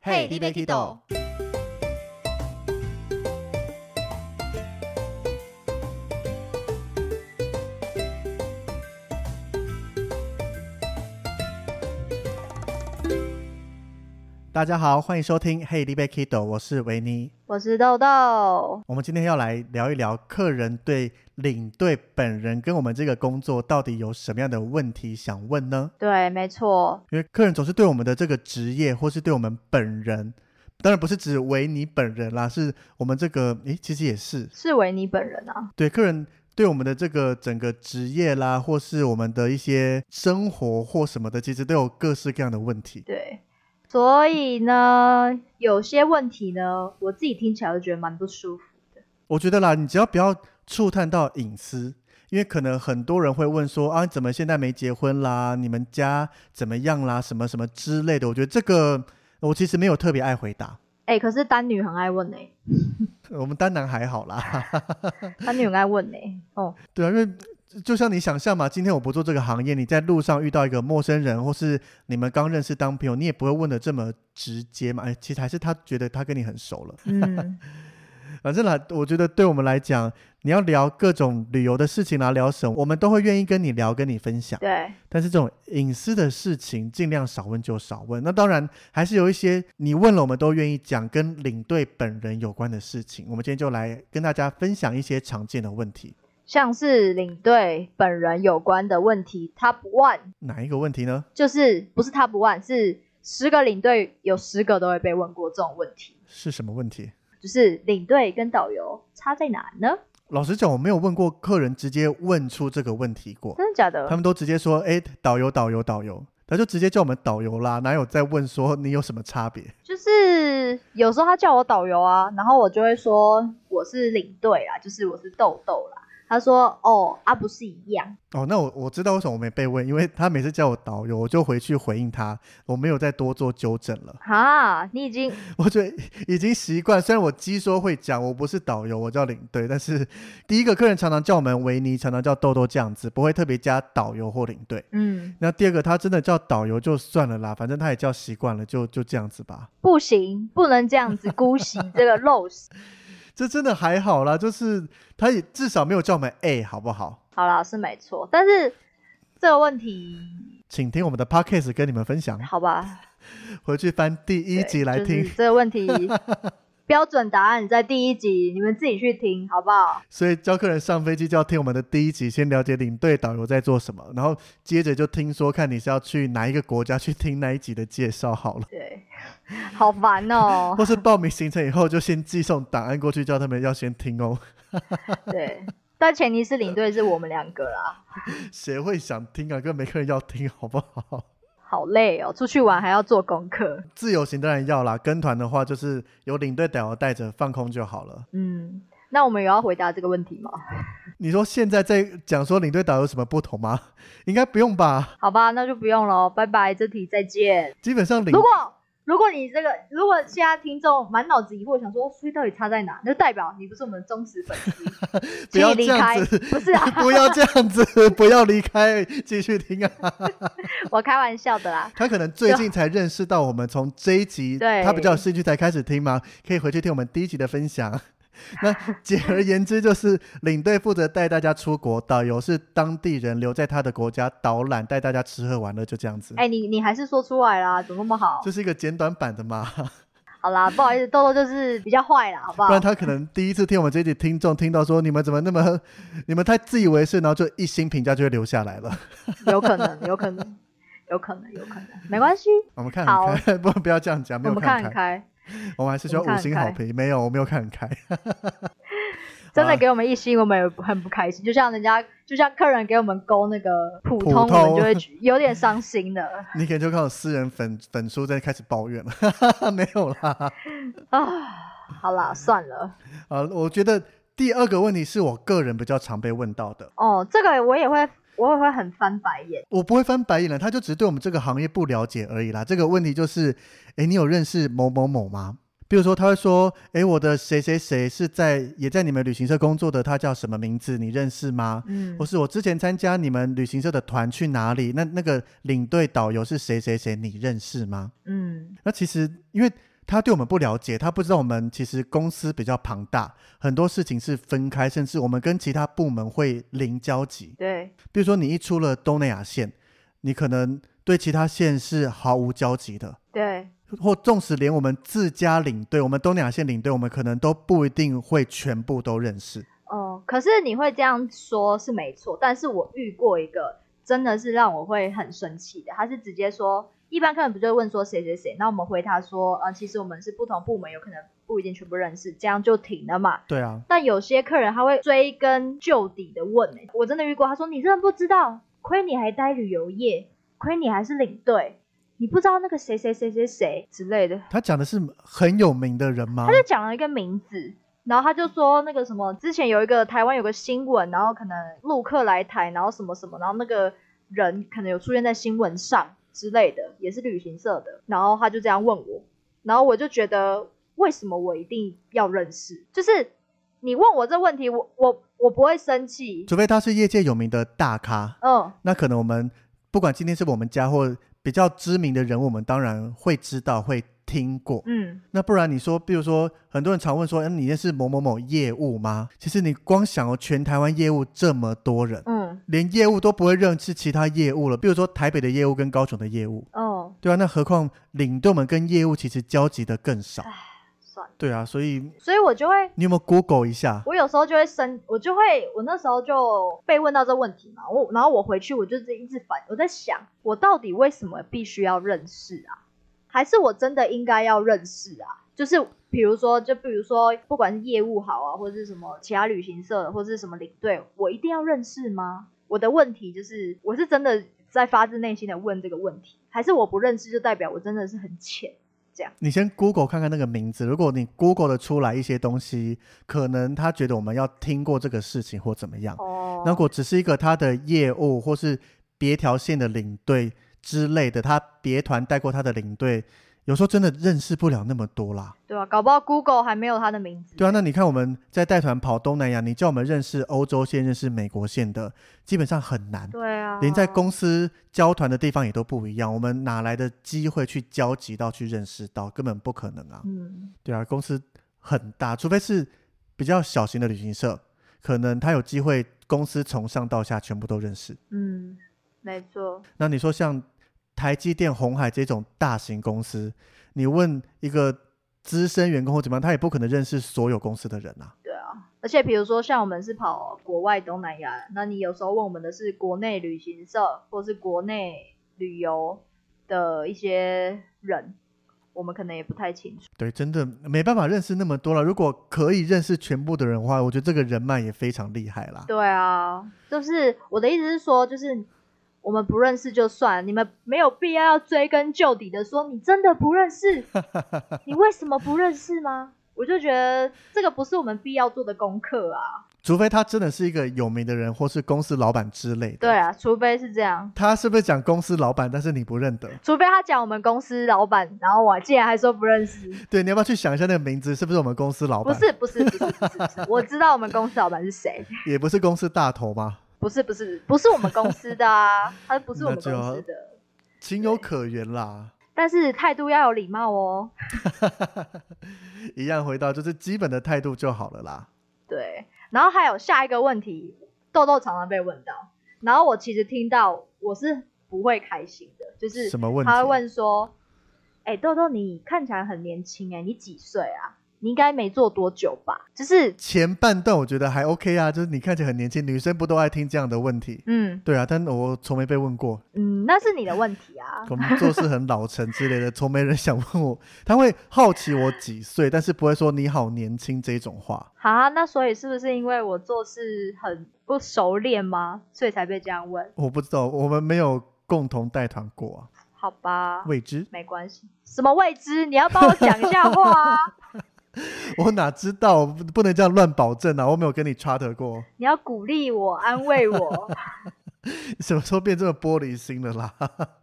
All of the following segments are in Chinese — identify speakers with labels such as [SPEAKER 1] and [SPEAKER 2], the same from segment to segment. [SPEAKER 1] 嘿你要去倒？
[SPEAKER 2] 大家好，欢迎收听《Hey, l i b e Kido》，我是维尼。
[SPEAKER 1] 我是豆豆，
[SPEAKER 2] 我们今天要来聊一聊客人对领队本人跟我们这个工作到底有什么样的问题想问呢？
[SPEAKER 1] 对，没错，
[SPEAKER 2] 因为客人总是对我们的这个职业，或是对我们本人，当然不是指维尼本人啦，是我们这个诶，其实也是
[SPEAKER 1] 是维尼本人啊。
[SPEAKER 2] 对客人对我们的这个整个职业啦，或是我们的一些生活或什么的，其实都有各式各样的问题。
[SPEAKER 1] 对，所以呢，有些问题呢，我自己听起来就觉得蛮不舒服。
[SPEAKER 2] 我觉得啦，你只要不要触探到隐私，因为可能很多人会问说啊，怎么现在没结婚啦？你们家怎么样啦？什么什么之类的。我觉得这个我其实没有特别爱回答，
[SPEAKER 1] 哎、可是单女很爱问呢、
[SPEAKER 2] 我们单男还好啦。
[SPEAKER 1] 单女很爱问呢、哦，
[SPEAKER 2] 对啊，因为就像你想象嘛，今天我不做这个行业，你在路上遇到一个陌生人，或是你们刚认识当朋友，你也不会问的这么直接嘛。哎，其实还是他觉得他跟你很熟了。
[SPEAKER 1] 嗯，
[SPEAKER 2] 反正啦，我觉得对我们来讲，你要聊各种旅游的事情啦，聊什么，我们都会愿意跟你聊，跟你分享。
[SPEAKER 1] 对，
[SPEAKER 2] 但是这种隐私的事情，尽量少问就少问。那当然，还是有一些你问了，我们都愿意讲跟领队本人有关的事情。我们今天就来跟大家分享一些常见的问题。
[SPEAKER 1] 像是领队本人有关的问题，Top One
[SPEAKER 2] 哪一个问题呢？
[SPEAKER 1] 就是不是 Top One，是十个领队有十个都会被问过这种问题，
[SPEAKER 2] 是什么问题？
[SPEAKER 1] 就是领队跟导游差在哪呢？
[SPEAKER 2] 老实讲，我没有问过客人直接问出这个问题过，
[SPEAKER 1] 真的假
[SPEAKER 2] 他
[SPEAKER 1] 的？
[SPEAKER 2] 们都直接说：“哎，导游，导游，导游。”他就直接叫我们导游啦，哪有在问说你有什么差别？
[SPEAKER 1] 就是有时候他叫我导游啊，然后我就会说我是领队啦，就是我是豆豆啦。他说哦啊不是一样，
[SPEAKER 2] 哦，那我我知道为什么我没被问，因为他每次叫我导游，我就回去回应他，我没有再多做纠正了。
[SPEAKER 1] 哈，你已经
[SPEAKER 2] 我觉得已经习惯，虽然我鸡说会讲，我不是导游，我叫领队，但是第一个客人常常叫我们维尼，常常叫豆豆这样子，不会特别加导游或领队。
[SPEAKER 1] 嗯
[SPEAKER 2] 那第二个，他真的叫导游就算了啦，反正他也叫习惯了，就就这样子吧。
[SPEAKER 1] 不行，不能这样子姑息这个陋习。
[SPEAKER 2] 这真的还好啦，就是他也至少没有叫我们 A，好不好？
[SPEAKER 1] 好啦，是没错，但是这个问题
[SPEAKER 2] 请听我们的 podcast 跟你们分享，
[SPEAKER 1] 好吧，
[SPEAKER 2] 回去翻第一集
[SPEAKER 1] 对
[SPEAKER 2] 来听。
[SPEAKER 1] 就是、这 个问题标准答案在第一集，你们自己去听好不好？
[SPEAKER 2] 所以教客人上飞机就要听我们的第一集，先了解领队导游在做什么，然后接着就听说看你是要去哪一个国家去听那一集的介绍好了，
[SPEAKER 1] 对，好烦哦、
[SPEAKER 2] 或是报名行程以后就先寄送档案过去，叫他们要先听哦。
[SPEAKER 1] 对，但前提是领队是我们两个啦，
[SPEAKER 2] 谁会想听啊？跟每个人要听好不好？
[SPEAKER 1] 好累哦、出去玩还要做功课。
[SPEAKER 2] 自由行当然要啦，跟团的话就是有领队导游带着放空就好了。
[SPEAKER 1] 嗯，那我们有要回答这个问题吗？
[SPEAKER 2] 你说现在在讲说领队导游有什么不同吗？ 应该不用吧。
[SPEAKER 1] 好吧，那就不用了，拜拜，这题再见。
[SPEAKER 2] 基本上领
[SPEAKER 1] 如果如果你这个，如果现在听众满脑子疑惑，想说所以到底差在哪，那就代表你不是我们的忠实粉 丝，
[SPEAKER 2] 不
[SPEAKER 1] 请
[SPEAKER 2] 要
[SPEAKER 1] 你
[SPEAKER 2] 这
[SPEAKER 1] 离
[SPEAKER 2] 样
[SPEAKER 1] 开。
[SPEAKER 2] 子，
[SPEAKER 1] 不是啊，
[SPEAKER 2] 不要这样子， 不要离开，继续听啊。
[SPEAKER 1] 我开玩笑的啦。
[SPEAKER 2] 他可能最近才认识到我们，从这一集
[SPEAKER 1] 对
[SPEAKER 2] 他比较有兴趣才开始听嘛，可以回去听我们第一集的分享。 那简而言之，就是领队负责带大家出国，导游是当地人留在他的国家导览，带大家吃喝玩乐，就这样子。
[SPEAKER 1] 哎、你你还是说出来啦，怎么那么好？
[SPEAKER 2] 这是一个简短版的嘛，
[SPEAKER 1] 好啦，不好意思，豆豆就是比较坏啦，好不
[SPEAKER 2] 不
[SPEAKER 1] 好
[SPEAKER 2] 然？他可能第一次听我们这一集听众听到说你们怎么那么，你们太自以为是，然后就一星评价就会留下来了。
[SPEAKER 1] 有可能，有可能，有可能，有可能，没关系，
[SPEAKER 2] 我们看
[SPEAKER 1] 好
[SPEAKER 2] 很开，不 不要这样讲，没有
[SPEAKER 1] 我们
[SPEAKER 2] 看很
[SPEAKER 1] 看很
[SPEAKER 2] 开，
[SPEAKER 1] 开。
[SPEAKER 2] 我们还是需要
[SPEAKER 1] 我们看
[SPEAKER 2] 五
[SPEAKER 1] 很
[SPEAKER 2] 星
[SPEAKER 1] 开
[SPEAKER 2] 好评，没有，我没有看很开。
[SPEAKER 1] 真
[SPEAKER 2] 啊
[SPEAKER 1] 的给我们一星，我们也很不开心。就像人家，就像客人给我们勾那个普通，
[SPEAKER 2] 普通
[SPEAKER 1] 我们就会觉有点伤心的
[SPEAKER 2] 你可能就看我私人粉粉书在开始抱怨了， 没有啦。
[SPEAKER 1] 啊。好啦，算了。
[SPEAKER 2] 啊，我觉得第二个问题是我个人比较常被问到的，
[SPEAKER 1] 哦，这个我也会，我也会很翻白眼。
[SPEAKER 2] 我不会翻白眼了，他就只是对我们这个行业不了解而已啦。这个问题就是，诶，你有认识某某某吗？比如说，他会说：“诶，我的谁谁谁是在也在你们旅行社工作的，他叫什么名字？你认识吗？”
[SPEAKER 1] 嗯
[SPEAKER 2] 或，是我之前参加你们旅行社的团去哪里？那那个领队导游是谁谁谁？你认识吗？
[SPEAKER 1] 嗯，
[SPEAKER 2] 那其实因为他对我们不了解，他不知道我们其实公司比较庞大，很多事情是分开，甚至我们跟其他部门会零交集。
[SPEAKER 1] 对，
[SPEAKER 2] 比如说你一出了东南亚线，你可能对其他线是毫无交集的，
[SPEAKER 1] 对，
[SPEAKER 2] 或纵使连我们自家领队，我们东南亚线领队，我们可能都不一定会全部都认识。
[SPEAKER 1] 哦、可是你会这样说是没错，但是我遇过一个真的是让我会很生气的，他是直接说，一般客人不就会问说谁谁谁，那我们回他说，呃，其实我们是不同部门，有可能不一定全部认识，这样就停了嘛。
[SPEAKER 2] 对啊，
[SPEAKER 1] 但有些客人他会追根究底的问、欸，我真的遇过，他说你真的不知道，亏你还待旅游业，亏你还是领队，你不知道那个谁谁谁谁谁之类的，
[SPEAKER 2] 他讲的是很有名的人吗
[SPEAKER 1] 他？就讲了一个名字，然后他就说那个什么，之前有一个台湾有个新闻，然后可能陆客来台，然后什么什么，然后那个人可能有出现在新闻上之类的，也是旅行社的，然后他就这样问我，然后我就觉得为什么我一定要认识？就是你问我这问题，我我我不会生气，
[SPEAKER 2] 除非他是业界有名的大咖，
[SPEAKER 1] 嗯，
[SPEAKER 2] 那可能我们不管今天是我们家或比较知名的人，我们当然会知道会听过。
[SPEAKER 1] 嗯，
[SPEAKER 2] 那不然你说，比如说，很多人常问说，嗯，你认识某某某业务吗？其实你光想哦，全台湾业务这么多人，
[SPEAKER 1] 嗯，
[SPEAKER 2] 连业务都不会认识其他业务了。比如说台北的业务跟高雄的业务，
[SPEAKER 1] 哦，
[SPEAKER 2] 对啊，那何况领队们跟业务其实交集的更少。
[SPEAKER 1] 算了，
[SPEAKER 2] 对啊，所以
[SPEAKER 1] 所以我就会
[SPEAKER 2] 你有没有 Google 一下？
[SPEAKER 1] 我有时候就会生，我就会，我那时候就被问到这问题嘛，我然后我回去我就是一直反，我在想，我到底为什么必须要认识啊？还是我真的应该要认识啊？就是比如说，就比如说，不管是业务好啊，或者是什么其他旅行社，或者是什么领队，我一定要认识吗？我的问题就是，我是真的在发自内心的问这个问题，还是我不认识就代表我真的是很浅？
[SPEAKER 2] 你先 Google 看看那个名字，如果你 Google 的出来一些东西，可能他觉得我们要听过这个事情或怎么样。
[SPEAKER 1] 哦
[SPEAKER 2] 那如果只是一个他的业务或是别条线的领队之类的，他别团带过他的领队，有时候真的认识不了那么多啦。
[SPEAKER 1] 对啊，搞不好 Google 还没有他的名字。
[SPEAKER 2] 对啊，那你看我们在带团跑东南亚，你叫我们认识欧洲线、认识美国线的，基本上很难。
[SPEAKER 1] 对啊，
[SPEAKER 2] 连在公司交团的地方也都不一样，我们哪来的机会去交集到、去认识到？根本不可能啊！
[SPEAKER 1] 嗯，
[SPEAKER 2] 对啊，公司很大，除非是比较小型的旅行社，可能他有机会公司从上到下全部都认识。
[SPEAKER 1] 嗯，没错，
[SPEAKER 2] 那你说像台积电、红海这种大型公司，你问一个资深员工或怎么样，他也不可能认识所有公司的人啊。
[SPEAKER 1] 对啊。而且比如说像我们是跑国外东南亚，那你有时候问我们的是国内旅行社或是国内旅游的一些人，我们可能也不太清楚。
[SPEAKER 2] 对，真的没办法认识那么多了。如果可以认识全部的人的话，我觉得这个人脉也非常厉害啦。
[SPEAKER 1] 对啊，就是我的意思是说，就是我们不认识就算，你们没有必要要追根究底的说你真的不认识，你为什么不认识吗？我就觉得这个不是我们必要做的功课啊。
[SPEAKER 2] 除非他真的是一个有名的人，或是公司老板之类的。
[SPEAKER 1] 对，啊，除非是这样。
[SPEAKER 2] 他是不是讲公司老板，但是你不认得？
[SPEAKER 1] 除非他讲我们公司老板，然后我竟然还说不认识，
[SPEAKER 2] 对，你要不要去想一下那个名字是不是我们公司老
[SPEAKER 1] 不
[SPEAKER 2] 板？，
[SPEAKER 1] 是不是不是不是，不是 我知道我们公司老板是谁，
[SPEAKER 2] 也不是公司大头吗？
[SPEAKER 1] 不是不是不是我们公司的啊，他不是我们
[SPEAKER 2] 那就
[SPEAKER 1] 公司的，
[SPEAKER 2] 情有可原啦。
[SPEAKER 1] 但是态度要有礼貌哦。
[SPEAKER 2] 一样回到就是基本的态度就好了啦。
[SPEAKER 1] 对，然后还有下一个问题，豆豆常常被问到，然后我其实听到我是不会开心的，就是
[SPEAKER 2] 什么问题？啊
[SPEAKER 1] 他会问说：“哎、豆豆你看起来很年轻哎、你几岁啊？你应该没做多久吧？”就是
[SPEAKER 2] 前半段我觉得还 OK 啊，就是你看起来很年轻，女生不都爱听这样的问题？
[SPEAKER 1] 嗯
[SPEAKER 2] 对啊，但我从没被问过，
[SPEAKER 1] 嗯，那是你的问题啊。
[SPEAKER 2] 我们做事很老成之类的，从没人想问我。他会好奇我几岁，但是不会说你好年轻这种话。
[SPEAKER 1] 啊，那所以是不是因为我做事很不熟练吗？所以才被这样问？
[SPEAKER 2] 我不知道，我们没有共同带团过啊，
[SPEAKER 1] 好吧，
[SPEAKER 2] 未知，
[SPEAKER 1] 没关系。什么未知？你要帮我讲一下话啊！
[SPEAKER 2] 我哪知道？我不不能这样乱保证啊！我没有跟你 charter 过，
[SPEAKER 1] 你要鼓励我，安慰我。
[SPEAKER 2] 什么时候变这么玻璃心了啦？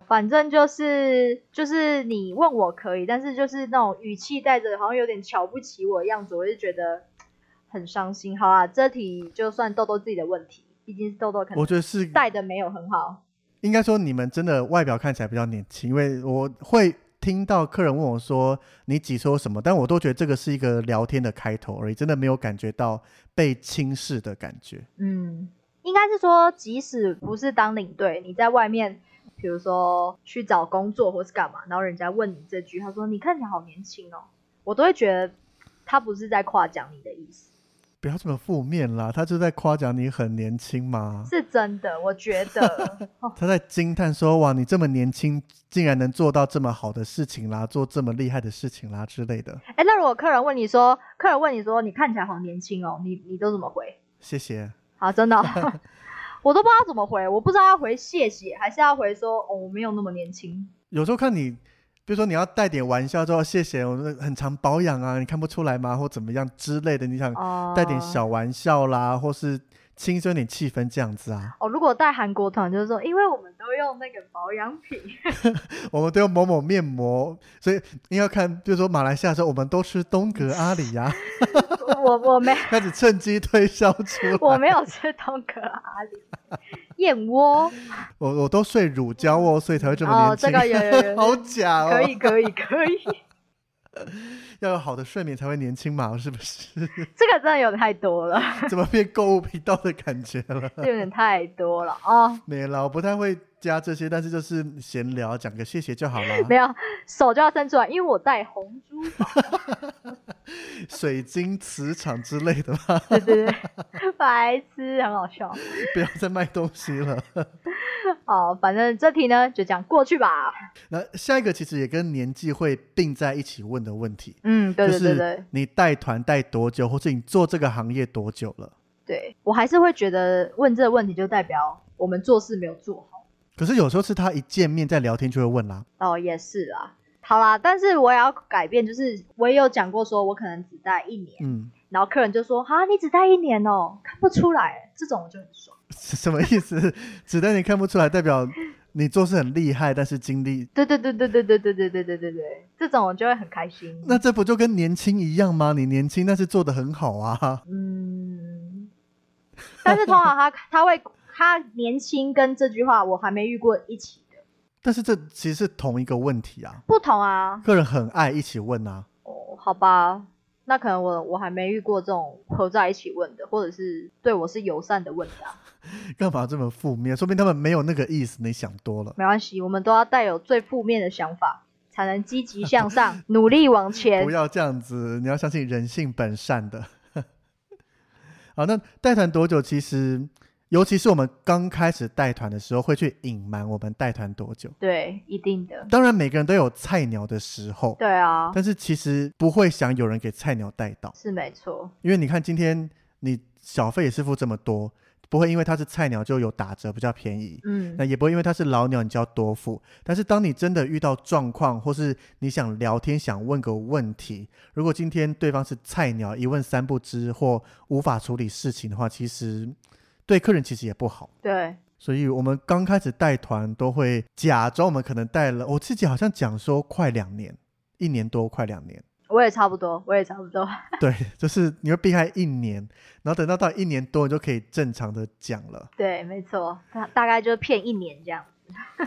[SPEAKER 1] 反正就是就是你问我可以，但是就是那种语气带着好像有点瞧不起我的样子，我就觉得很伤心。好啊，这题就算豆豆自己的问题，毕竟是豆豆可
[SPEAKER 2] 我
[SPEAKER 1] 能
[SPEAKER 2] 觉得是
[SPEAKER 1] 带的没有很好。
[SPEAKER 2] 应该说你们真的外表看起来比较年轻，因为我会听到客人问我说你几岁什么，但我都觉得这个是一个聊天的开头而已，真的没有感觉到被轻视的感觉。
[SPEAKER 1] 嗯，应该是说，即使不是当领队，你在外面，比如说去找工作或是干嘛，然后人家问你这句，他说你看起来好年轻哦，我都会觉得他不是在夸奖你的意思，
[SPEAKER 2] 不要这么负面啦，他就在夸奖你很年轻嘛，
[SPEAKER 1] 是真的，我觉 得
[SPEAKER 2] 他在惊叹说哇，你这么年轻，竟然能做到这么好的事情啦，做这么厉害的事情啦之类的。
[SPEAKER 1] 哎，那如果客人问你说，客人问你说你看起来好年轻哦，你你都怎么回？
[SPEAKER 2] 谢谢。
[SPEAKER 1] 啊，真的哦、 我都不知道怎么回，我不知道要回谢谢，还是要回说哦我没有那么年轻。
[SPEAKER 2] 有时候看你，比如说你要带点玩笑，说谢谢，我们很常保养啊，你看不出来吗？或怎么样之类的，你想
[SPEAKER 1] 哦、
[SPEAKER 2] 带点小玩笑啦，或是轻松点气氛这样子啊。
[SPEAKER 1] 哦，如果带韩国团就是说，因为我们都用那个保养品，
[SPEAKER 2] 我们都用某某面膜，所以你要看，比如说马来西亚的时候，我们都吃东格阿里呀、
[SPEAKER 1] 我我没
[SPEAKER 2] 开始趁机推销出来。
[SPEAKER 1] 我没有吃东格阿里燕窝
[SPEAKER 2] 我我都睡乳胶哦，所以才会这么
[SPEAKER 1] 哦，
[SPEAKER 2] 年轻。
[SPEAKER 1] 这个有有 有
[SPEAKER 2] 好假哦！
[SPEAKER 1] 可以可以可以，
[SPEAKER 2] 要有好的睡眠才会年轻嘛，是不 是？
[SPEAKER 1] 这个真的有点太多了，
[SPEAKER 2] 怎么变购物频道的感觉了？
[SPEAKER 1] 这有点太多了哦。
[SPEAKER 2] 没啦，我不太会加这些，但是就是闲聊，讲个谢谢就好啦。
[SPEAKER 1] 没有手就要伸出来，因为我带红珠宝。
[SPEAKER 2] 水晶磁场之类的吧，
[SPEAKER 1] 对对对，白痴，很好笑。
[SPEAKER 2] 不要再卖东西了。
[SPEAKER 1] 哦，反正这题呢就这样过去吧。
[SPEAKER 2] 那下一个其实也跟年纪会并在一起问的问题，
[SPEAKER 1] 嗯，对对对
[SPEAKER 2] 就
[SPEAKER 1] 对
[SPEAKER 2] 是你带团带多久，或是你做这个行业多久了？
[SPEAKER 1] 对，我还是会觉得问这个问题就代表我们做事没有做好。
[SPEAKER 2] 可是有时候是他一见面在聊天就会问啦，
[SPEAKER 1] 哦，也是啦。好啦，但是我也要改变，就是我也有讲过，说我可能只带一年，
[SPEAKER 2] 嗯，
[SPEAKER 1] 然后客人就说：“哈，你只带一年哦，看不出来。”这种我就很爽。
[SPEAKER 2] 是什么 意思？只但你看不出来，代表你做事很厉害，但是经历。
[SPEAKER 1] 对对对对对对对对对对对对，这种我就会很开心。
[SPEAKER 2] 那这不就跟年轻一样吗？你年轻，但是做的很好啊。
[SPEAKER 1] 嗯，但是通常他他会他年轻跟这句话我还没遇过一起的，
[SPEAKER 2] 但是这其实是同一个问题啊。
[SPEAKER 1] 不同啊。
[SPEAKER 2] 个人很爱一起问啊，
[SPEAKER 1] 哦，好吧，那可能我我还没遇过这种合在一起问的，或者是对我是友善的啊问答。
[SPEAKER 2] 干嘛这么负面？说明他们没有那个意思，你想多了。
[SPEAKER 1] 没关系，我们都要带有最负面的想法，才能积极 向上，努力往前
[SPEAKER 2] 不。要这样子，你要相信人性本善的。 好，那带团多久？其实，尤其是我们刚开始带团的时候，会去隐瞒我们带团多久。
[SPEAKER 1] 对，一定的。
[SPEAKER 2] 当然，每个人都有菜鸟的时候，
[SPEAKER 1] 对啊，
[SPEAKER 2] 但是其实不会想有人给菜鸟带到，
[SPEAKER 1] 是没错。
[SPEAKER 2] 因为你看今天你小费也是付这么多，不会因为他是菜鸟就有打折比较便宜。
[SPEAKER 1] 嗯
[SPEAKER 2] 那，也不会因为他是老鸟你就要多付。但是当你真的遇到状况，或是你想聊天想问个问题，如果今天对方是菜鸟，一问三不知或无法处理事情的话，其实对客人其实也不好。
[SPEAKER 1] 对，
[SPEAKER 2] 所以我们刚开始带团都会假装我们可能带了，我自己好像讲说快两年，一年多快两年。
[SPEAKER 1] 我也差不多，我也差不多。
[SPEAKER 2] 对，就是你会避开一年，然后等到到一年多，你就可以正常的讲了。
[SPEAKER 1] 对，没错，大大概就是骗一年这样。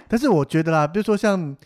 [SPEAKER 2] 但是我觉得啦，比如说像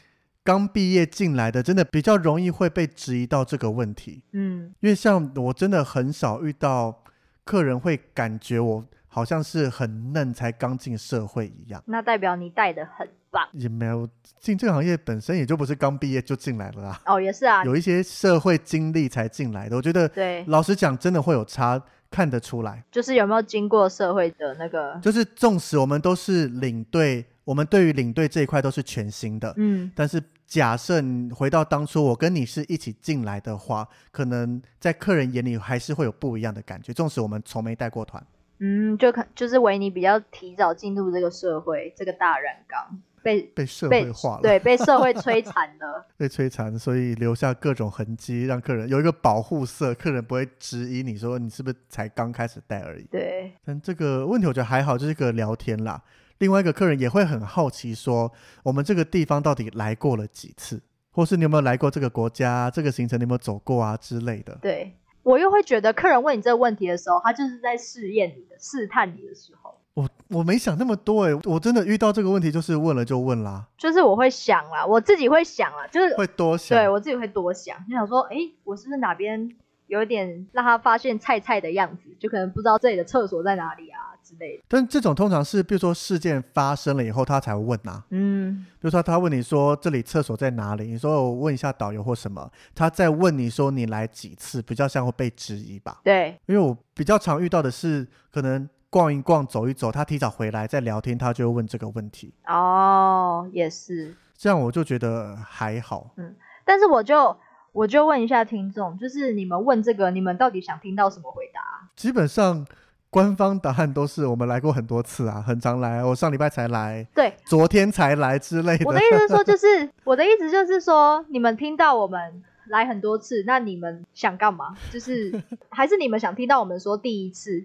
[SPEAKER 2] 刚毕业进来的，真的比较容易会被质疑到这个问题，
[SPEAKER 1] 嗯，
[SPEAKER 2] 因为像我真的很少遇到客人会感觉我好像是很嫩才刚进社会一样。
[SPEAKER 1] 那代表你带的很棒
[SPEAKER 2] 也没有进这个行业本身也就不是刚毕业就进来了啊，
[SPEAKER 1] 哦，也是啊。
[SPEAKER 2] 有一些社会经历才进来的。我觉得
[SPEAKER 1] 对，
[SPEAKER 2] 老实讲，真的会有差，看得出来。
[SPEAKER 1] 就是有没有经过社会的那个，
[SPEAKER 2] 就是纵使我们都是领队，我们对于领队这一块都是全新的，
[SPEAKER 1] 嗯，
[SPEAKER 2] 但是假设你回到当初我跟你是一起进来的话，可能在客人眼里还是会有不一样的感觉，纵使我们从没带过团。
[SPEAKER 1] 嗯，就可就是维尼比较提早进入这个社会，这个大染缸被
[SPEAKER 2] 被社
[SPEAKER 1] 被
[SPEAKER 2] 会化了，
[SPEAKER 1] 对被社会摧残了。
[SPEAKER 2] 被摧残，所以留下各种痕迹，让客人有一个保护色，客人不会质疑你说你是不是才刚开始带而已。
[SPEAKER 1] 对，
[SPEAKER 2] 但这个问题我觉得还好，就是个聊天啦。另外一个客人也会很好奇说，我们这个地方到底来过了几次，或是你有没有来过这个国家，这个行程你有没有走过啊之类的。
[SPEAKER 1] 对我又会觉得客人问你这个问题的时候，他就是在试验你的、试探你的时候。
[SPEAKER 2] 我我没想那么多哎、我真的遇到这个问题就是问了就问啦，
[SPEAKER 1] 就是我会想啦，我自己会想啦，就是
[SPEAKER 2] 会多想。
[SPEAKER 1] 对我自己会多想，就想说，哎，我是不是哪边有点让他发现菜菜的样子，就可能不知道这里的厕所在哪里啊之类的。
[SPEAKER 2] 但这种通常是比如说事件发生了以后他才会问啊，
[SPEAKER 1] 嗯，
[SPEAKER 2] 比如说他问你说这里厕所在哪里，你说我问一下导游或什么，他再问你说你来几次，比较像会被质疑吧。
[SPEAKER 1] 对，
[SPEAKER 2] 因为我比较常遇到的是可能逛一逛走一走，他提早回来再聊天，他就会问这个问题，
[SPEAKER 1] 哦，也是。
[SPEAKER 2] 这样我就觉得还好。
[SPEAKER 1] 但是我就我就问一下听众，就是你们问这个，你们到底想听到什么回答？
[SPEAKER 2] 基本上官方答案都是我们来过很多次啊，很常来，我上礼拜才来，
[SPEAKER 1] 对，
[SPEAKER 2] 昨天才来之类的。
[SPEAKER 1] 我的意思是说，就是我的意思就是说，你们听到我们来很多次，那你们想干嘛？就是还是你们想听到我们说第一次，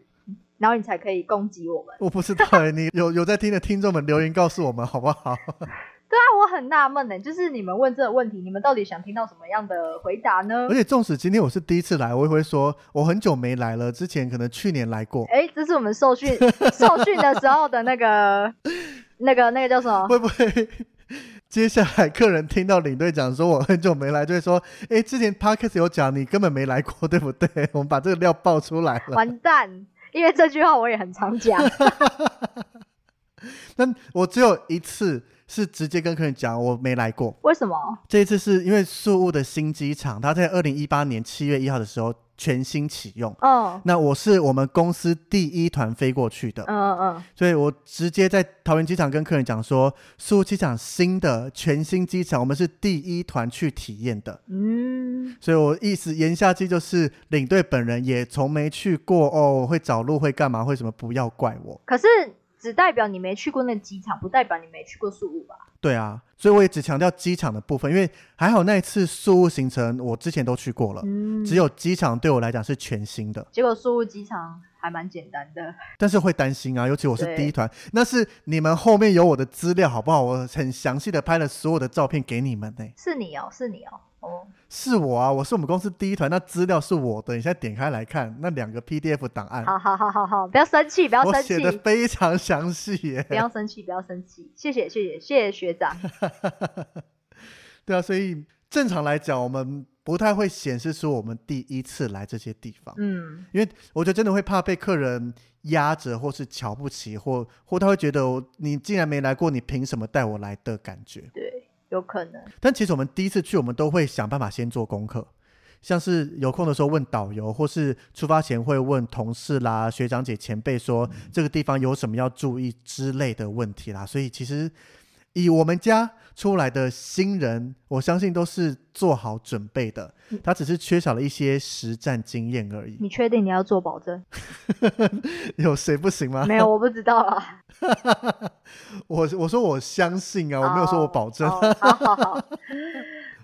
[SPEAKER 1] 然后你才可以攻击我们？
[SPEAKER 2] 我不知道哎、你有有在听的听众们留言告诉我们好不好？
[SPEAKER 1] 对啊，我很纳闷呢，就是你们问这个问题，你们到底想听到什么样的回答呢
[SPEAKER 2] 而？且纵使今天我是第一次来，我也会说我很久没来了，之前可能去年来过，
[SPEAKER 1] 哎，这是我们受训受训的时候的那个那个那个叫什么？
[SPEAKER 2] 会不会接下来客人听到领队讲说我很久没来，就会说，哎、之前 podcast 有讲你根本没来过，对不对？我们把这个料爆出来 了。
[SPEAKER 1] 完蛋！因为这句话我也很常讲，
[SPEAKER 2] 但我只有一次是直接跟客人讲我没来过，
[SPEAKER 1] 为什么？
[SPEAKER 2] 这一次是因为宿务的新机场，它在二零一八年七月一号的时候全新启用。
[SPEAKER 1] 嗯
[SPEAKER 2] 那我是我们公司第一团飞过去的，
[SPEAKER 1] 嗯嗯，
[SPEAKER 2] 所以我直接在桃园机场跟客人讲说，宿务机场新的全新机场，我们是第一团去体验的。
[SPEAKER 1] 嗯，
[SPEAKER 2] 所以我意思言下之意就是，领队本人也从没去过哦，会找路会干嘛会什么，不要怪我。
[SPEAKER 1] 可是只代表你没去过那机场，不代表你没去过宿务吧？
[SPEAKER 2] 对啊，所以我也只强调机场的部分，因为还好那一次宿务行程我之前都去过了。
[SPEAKER 1] 嗯，
[SPEAKER 2] 只有机场对我来讲是全新的，
[SPEAKER 1] 结果宿务机场还蛮简单的，
[SPEAKER 2] 但是会担心啊，尤其我是
[SPEAKER 1] 对
[SPEAKER 2] 第一团，那是你们后面有我的资料好不好？我很详细的拍了所有的照片给你们呢、
[SPEAKER 1] 是你哦，是你哦，哦，
[SPEAKER 2] 是我啊，我是我们公司第一团，那资料是我的，你现在点开来看那两个 PDF 档案，
[SPEAKER 1] 好好好好好，不要生气，不要
[SPEAKER 2] 我
[SPEAKER 1] 生
[SPEAKER 2] 写的
[SPEAKER 1] 气，
[SPEAKER 2] 非常详细耶、
[SPEAKER 1] 不要生气，不要生气，谢谢谢谢谢谢学长，
[SPEAKER 2] 对啊，所以正常来讲，我们不太会显示出我们第一次来这些地方，
[SPEAKER 1] 嗯，
[SPEAKER 2] 因为我觉得真的会怕被客人压着，或是瞧不起，或或他会觉得我你既然没来过，你凭什么带我来的感觉。
[SPEAKER 1] 对，有可能，
[SPEAKER 2] 但其实我们第一次去，我们都会想办法先做功课。像是有空的时候问导游，或是出发前会问同事啦、学长姐、前辈说
[SPEAKER 1] 嗯
[SPEAKER 2] 这个地方有什么要注意之类的问题啦。所以其实以我们家出来的新人，我相信都是做好准备的
[SPEAKER 1] 嗯，
[SPEAKER 2] 他只是缺少了一些实战经验而已。
[SPEAKER 1] 你确定你要做保 证？
[SPEAKER 2] 有谁不行吗？
[SPEAKER 1] 没有，我不知道啊，
[SPEAKER 2] 我我说我相信 啊，我没有说我保证。
[SPEAKER 1] 哦哦好好好，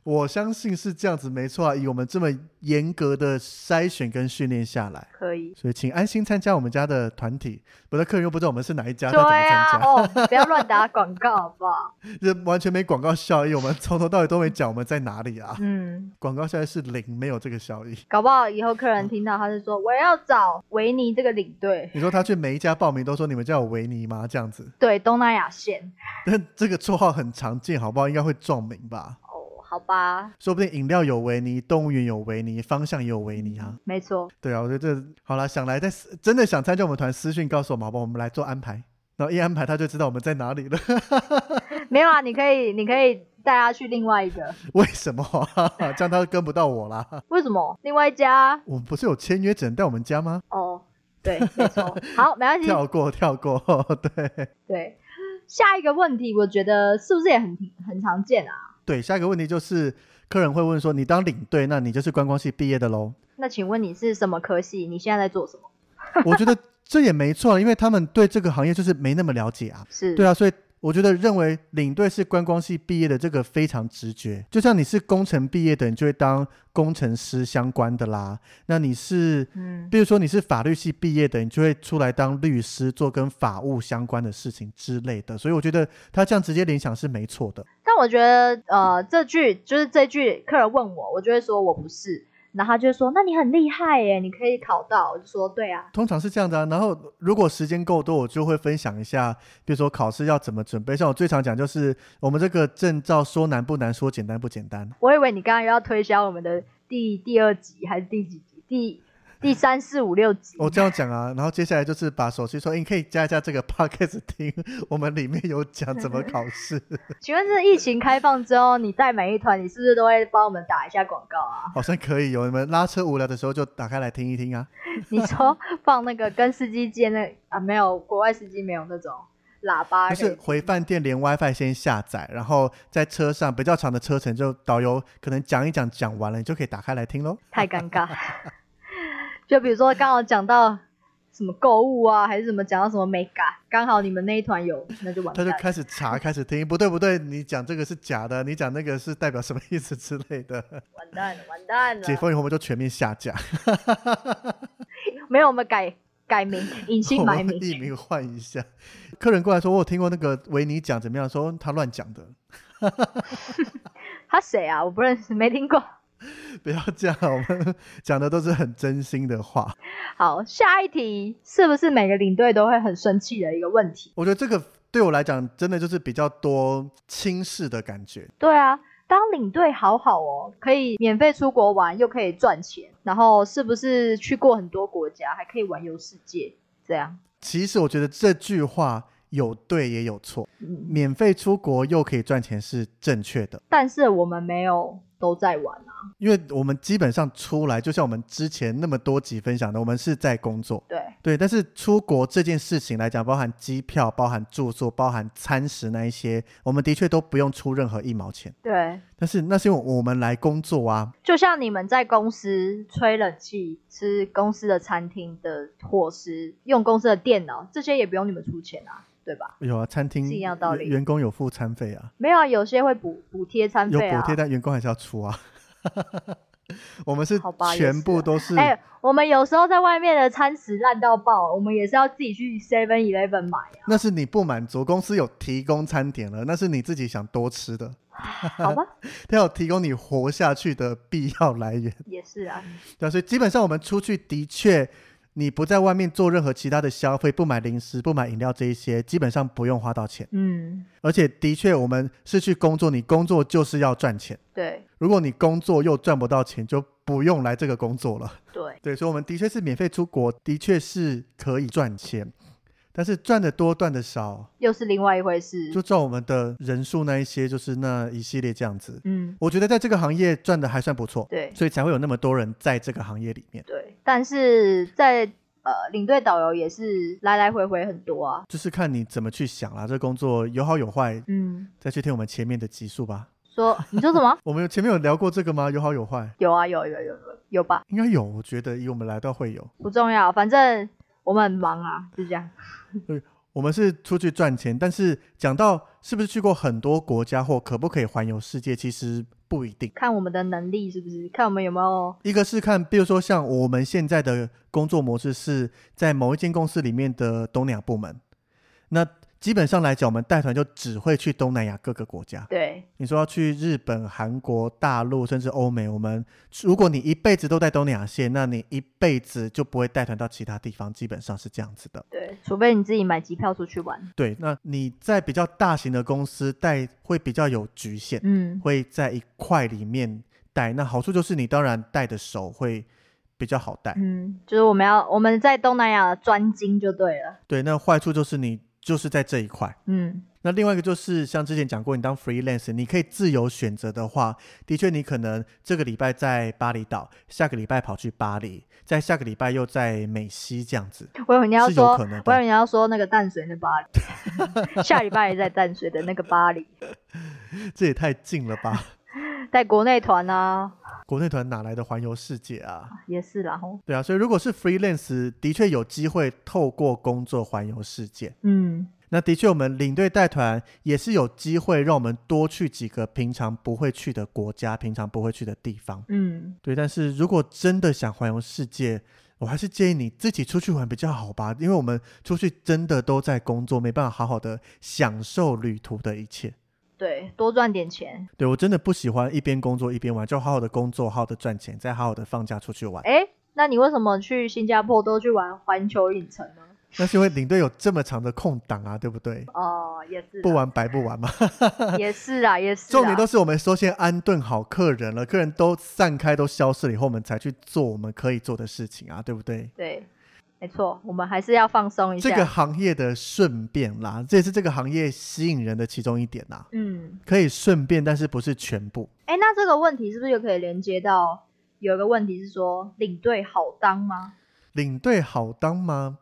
[SPEAKER 2] 我相信是这样子，没错啊。以我们这么严格的筛选跟训练下来，
[SPEAKER 1] 可以。
[SPEAKER 2] 所以请安心参加我们家的团体。我的客人又不知道我们是哪一家，
[SPEAKER 1] 对
[SPEAKER 2] 他怎么
[SPEAKER 1] 啊
[SPEAKER 2] 参，加？
[SPEAKER 1] 哦，不要乱打广告，好不好？
[SPEAKER 2] 这、完全没广告效益。我们从头到尾都没讲我们在哪里 啊，
[SPEAKER 1] 嗯，
[SPEAKER 2] 广告效益是零，没有这个效益。
[SPEAKER 1] 搞不好以后客人听到他就说我要找维尼这个领队，
[SPEAKER 2] 你说他去每一家报名都说你们叫我维尼吗？这样子，
[SPEAKER 1] 对东南亚线。
[SPEAKER 2] 但这个绰号很常见，好不好？应该会撞名吧？
[SPEAKER 1] 哦，好吧，
[SPEAKER 2] 说不定饮料有维尼，动物园有维尼，方向也有维尼啊。
[SPEAKER 1] 没错，
[SPEAKER 2] 对啊，我觉得这好啦，想来但是真的想参加我们团，私讯告诉我们好不好？我们来做安排。然后一安排他就知道我们在哪里了。
[SPEAKER 1] 没有啊，你可以，你可以带他去另外一个，
[SPEAKER 2] 为什么 啊？这样他就跟不到我啦。
[SPEAKER 1] 为什么？另外一家
[SPEAKER 2] 我们不是有签约只能带我们家吗？
[SPEAKER 1] 哦，对，没 错，好，没关系，
[SPEAKER 2] 跳过， 跳过，对
[SPEAKER 1] 对。下一个问题，我觉得是不是也很很常见啊？
[SPEAKER 2] 对。下一个问题就是，客人会问说，你当领队，那你就是观光系毕业的喽？
[SPEAKER 1] 那请问你是什么科系？你现在在做什么？
[SPEAKER 2] 我觉得这也没错，因为他们对这个行业就是没那么了解啊。
[SPEAKER 1] 是，
[SPEAKER 2] 对啊，所以我觉得认为领队是观光系毕业的这个非常直觉，就像你是工程毕业的，你就会当工程师相关的啦。那你是，
[SPEAKER 1] 嗯，
[SPEAKER 2] 比如说你是法律系毕业的，你就会出来当律师，做跟法务相关的事情之类的。所以我觉得他这样直接联想是没错的。
[SPEAKER 1] 但我觉得，呃，这句就是这句客人问我，我就会说我不是。然后他就说：“那你很厉害耶，你可以考到。”我就说：“对啊，
[SPEAKER 2] 通常是这样的、啊。然后如果时间够多，我就会分享一下，比如说考试要怎么准备。像我最常讲就是，我们这个证照说难不难，说简单不简单。
[SPEAKER 1] 我以为你刚刚又要推销我们的第第二集还是第几集？第第三四五六集？
[SPEAKER 2] 我这样讲啊，然后接下来就是把手机说，诶你可以加一下这个 podcast 听，我们里面有讲怎么考试。
[SPEAKER 1] 请问这疫情开放之后，你带每一团，你是不是都会帮我们打一下广告啊？
[SPEAKER 2] 好像可以有、你们拉车无聊的时候就打开来听一听啊。
[SPEAKER 1] 你说放那个跟司机接那啊没有，国外司机没有那种喇叭可
[SPEAKER 2] 就
[SPEAKER 1] 以，
[SPEAKER 2] 是回饭店连 WiFi 先下载，然后在车上比较长的车程，就导游可能讲一讲，讲完了你就可以打开来听喽。
[SPEAKER 1] 太尴尬。 就比如说刚好讲到什么购物啊，还是什么讲到什么美感，刚好你们那一团有，那就完
[SPEAKER 2] 他
[SPEAKER 1] 蛋
[SPEAKER 2] 就
[SPEAKER 1] 了。
[SPEAKER 2] 开始查，开始听，不对不对，你讲这个是假的，你讲那个是代表什么意思之类的。
[SPEAKER 1] 完蛋了，完蛋了！
[SPEAKER 2] 解封以后我们就全面下架，
[SPEAKER 1] 没有，我们改改名，隐 姓
[SPEAKER 2] 我
[SPEAKER 1] 埋
[SPEAKER 2] 们
[SPEAKER 1] 名。
[SPEAKER 2] 艺名换一下。客人过来说，我有听过那个维尼讲怎么样，说他乱讲的，
[SPEAKER 1] 他谁啊？我不认识，没听过。
[SPEAKER 2] 不要这样，我们 讲的都是很真心的话。
[SPEAKER 1] 好，下一题是不是每个领队都会很生气的一个问题？
[SPEAKER 2] 我觉得这个对我来讲，真的就是比较多轻视的感觉。
[SPEAKER 1] 对啊，当领队好好哦，可以免费出国玩，又可以赚钱，然后是不是去过很多国家，还可以环游世界？这样，
[SPEAKER 2] 其实我觉得这句话有对也有错，
[SPEAKER 1] 嗯，
[SPEAKER 2] 免费出国又可以赚钱是正确的，
[SPEAKER 1] 但是我们没有都在玩啊，
[SPEAKER 2] 因为我们基本上出来，就像我们之前那么多集分享的，我们是在工作。
[SPEAKER 1] 对，
[SPEAKER 2] 对，但是出国这件事情来讲，包含机票、包含住宿、包含餐食那一些，我们的确都不用出任何一毛钱。
[SPEAKER 1] 对，
[SPEAKER 2] 但是那是因为我们来工作啊，
[SPEAKER 1] 就像你们在公司吹冷气、吃公司的餐厅的伙食、用公司的电脑，这些也不用你们出钱啊，对吧？
[SPEAKER 2] 有啊，餐厅
[SPEAKER 1] 是一样道理
[SPEAKER 2] 员员工有付餐费啊，
[SPEAKER 1] 没有啊，有些会补补贴餐
[SPEAKER 2] 有
[SPEAKER 1] 费啊
[SPEAKER 2] 补。贴，但员工还是要出啊。 我们是
[SPEAKER 1] 好吧也
[SPEAKER 2] 全
[SPEAKER 1] 是
[SPEAKER 2] 部
[SPEAKER 1] 啊
[SPEAKER 2] 都是
[SPEAKER 1] 哎、我们有时候在外面的餐食烂到爆，我们也是要自己去 Seven Eleven 买啊，
[SPEAKER 2] 那是你不满足，公司有提供餐点了，那是你自己想多吃的，
[SPEAKER 1] 啊 好吧？
[SPEAKER 2] 它有提供你活下去的必要来源。
[SPEAKER 1] 也是啊，
[SPEAKER 2] 对啊、所以基本上我们出去的确，你不在外面做任何其他的消费，不买零食、不买饮料这一些，基本上不用花到钱。
[SPEAKER 1] 嗯，
[SPEAKER 2] 而且的确，我们是去工作，你工作就是要赚钱。
[SPEAKER 1] 对
[SPEAKER 2] 如果你工作又赚不到钱，就不用来这个工作了。
[SPEAKER 1] 对，
[SPEAKER 2] 对，所以我们的确是免费出国，的确是可以赚钱，但是赚的多，赚的少。
[SPEAKER 1] 又是另外一回事。
[SPEAKER 2] 就照我们的人数那一些，就是那一系列这样子。
[SPEAKER 1] 嗯，
[SPEAKER 2] 我觉得在这个行业赚的还算不错，
[SPEAKER 1] 对
[SPEAKER 2] 所以才会有那么多人在这个行业里面。
[SPEAKER 1] 对，但是在呃领队导游也是来来回回很多啊，
[SPEAKER 2] 就是看你怎么去想啦，这工作有好有坏，
[SPEAKER 1] 嗯，
[SPEAKER 2] 再去听我们前面的集数吧。
[SPEAKER 1] 说你说什么？
[SPEAKER 2] 我们有前面有聊过这个吗？有好有坏，
[SPEAKER 1] 有啊，有有有有有吧，
[SPEAKER 2] 应该有。我觉得以我们来到会有，
[SPEAKER 1] 不重要，反正我们很忙啊，就这样。
[SPEAKER 2] 我们是出去赚钱，但是讲到是不是去过很多国家或可不可以环游世界，其实不一定。
[SPEAKER 1] 看我们的能力是不是，看我们有没有
[SPEAKER 2] 一个是看，比如说像我们现在的工作模式是在某一间公司里面的东南亚部门，那基本上来讲，我们带团就只会去东南亚各个国家。
[SPEAKER 1] 对
[SPEAKER 2] 你说要去日本、韩国、大陆，甚至欧美，我们如果你一辈子都在东南亚线，那你一辈子就不会带团到其他地方，基本上是这样子的。
[SPEAKER 1] 对，除非你自己买机票出去玩。
[SPEAKER 2] 对，那你在比较大型的公司带会比较有局限，
[SPEAKER 1] 嗯，
[SPEAKER 2] 会在一块里面带。那好处就是你当然带的熟会比较好带。
[SPEAKER 1] 嗯，就是我们要我们在东南亚专精就对了。
[SPEAKER 2] 对，那坏处就是你就是在这一块。
[SPEAKER 1] 嗯，
[SPEAKER 2] 那另外一个就是像之前讲过，你当 freelance，你可以自由选择的话，的确你可能这个礼拜在巴厘岛，下个礼拜跑去巴黎，在下个礼拜又在美西这样子，
[SPEAKER 1] 我以为你要
[SPEAKER 2] 是有
[SPEAKER 1] 说
[SPEAKER 2] 可能，
[SPEAKER 1] 我以为
[SPEAKER 2] 的。
[SPEAKER 1] 你要说那个淡水那巴黎，下礼拜也在淡水的那个巴黎，
[SPEAKER 2] 这也太近了吧！
[SPEAKER 1] 带国内团啊，
[SPEAKER 2] 国内团哪来的环游世界啊？
[SPEAKER 1] 也是啦吼。
[SPEAKER 2] 对啊，所以如果是 freelance，的确有机会透过工作环游世界。
[SPEAKER 1] 嗯，
[SPEAKER 2] 那的确，我们领队带团也是有机会让我们多去几个平常不会去的国家，平常不会去的地方。
[SPEAKER 1] 嗯，
[SPEAKER 2] 对，但是如果真的想环游世界，我还是建议你自己出去玩比较好吧，因为我们出去真的都在工作，没办法好好的享受旅途的一切。
[SPEAKER 1] 对，多赚点钱。
[SPEAKER 2] 对我真的不喜欢一边工作一边玩，就好好的工作，好好的赚钱，再好好的放假出去玩。
[SPEAKER 1] 哎，那你为什么去新加坡都去玩环球影城呢？
[SPEAKER 2] 那是因为领队有这么长的空档啊，对不对？
[SPEAKER 1] 哦，也是啊，
[SPEAKER 2] 不玩白不玩嘛。
[SPEAKER 1] 也是啊，也是啊。
[SPEAKER 2] 重点都是我们说先安顿好客人了，客人都散开都消失了以后，我们才去做我们可以做的事情啊，对不对？
[SPEAKER 1] 对，没错，我们还是要放松一下。
[SPEAKER 2] 这个行业的顺便啦，这也是这个行业吸引人的其中一点啦。
[SPEAKER 1] 嗯，
[SPEAKER 2] 可以顺便，但是不是全部。
[SPEAKER 1] 哎，那这个问题是不是又可以连接到有一个问题是说领队好当吗？
[SPEAKER 2] 领队好当吗？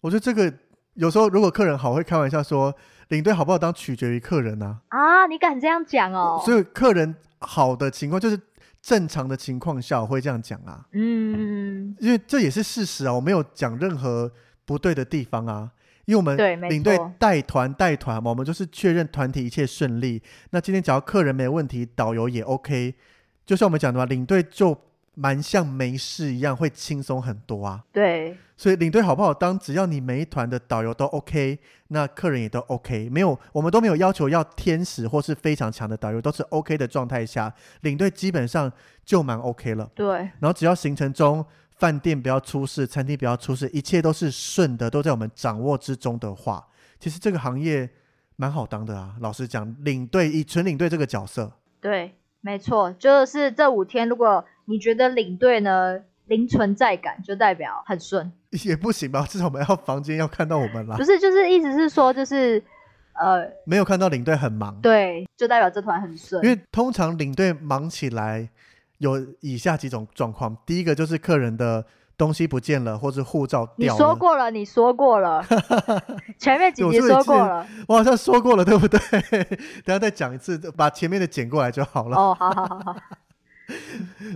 [SPEAKER 2] 我觉得这个有时候如果客人好，会开玩笑说领队好不好当取决于客人啊。
[SPEAKER 1] 啊，你敢这样讲哦？
[SPEAKER 2] 所以客人好的情况就是正常的情况下我会这样讲啊，
[SPEAKER 1] 嗯，
[SPEAKER 2] 因为这也是事实啊，我没有讲任何不对的地方啊。因为我们
[SPEAKER 1] 对没错
[SPEAKER 2] 领队带团带团嘛，我们就是确认团体一切顺利。那今天只要客人没问题，导游也 OK，就像我们讲的嘛，领队就蛮像没事一样，会轻松很多啊。
[SPEAKER 1] 对，
[SPEAKER 2] 所以领队好不好当，只要你每一团的导游都 OK，那客人也都 OK，没有我们都没有要求要天使或是非常强的导游，都是 OK 的状态下，领队基本上就蛮 OK 了。
[SPEAKER 1] 对，
[SPEAKER 2] 然后只要行程中饭店不要出事，餐厅不要出事，一切都是顺的，都在我们掌握之中的话，其实这个行业蛮好当的啊。老实讲，领队以纯领队这个角色，
[SPEAKER 1] 对，没错，就是这五天，如果你觉得领队呢零存在感，就代表很顺，
[SPEAKER 2] 也不行吧？至少我们要房间要看到我们啦
[SPEAKER 1] 不，是，就是意思是说，就是呃，
[SPEAKER 2] 没有看到领队很忙。
[SPEAKER 1] 对，就代表这团很顺
[SPEAKER 2] 因，为通常领队忙起来有以下几种状况：第一个就是客人的东西不见了，或是护照
[SPEAKER 1] 你
[SPEAKER 2] 掉
[SPEAKER 1] 说
[SPEAKER 2] 了。
[SPEAKER 1] 过了，你说过了，前面几
[SPEAKER 2] 对我
[SPEAKER 1] 集
[SPEAKER 2] 说一
[SPEAKER 1] 说
[SPEAKER 2] 次
[SPEAKER 1] 过了。
[SPEAKER 2] 我好像说过了，对不对？ 等一下再讲一次，把前面的剪过来就好了。
[SPEAKER 1] 哦，好好好好，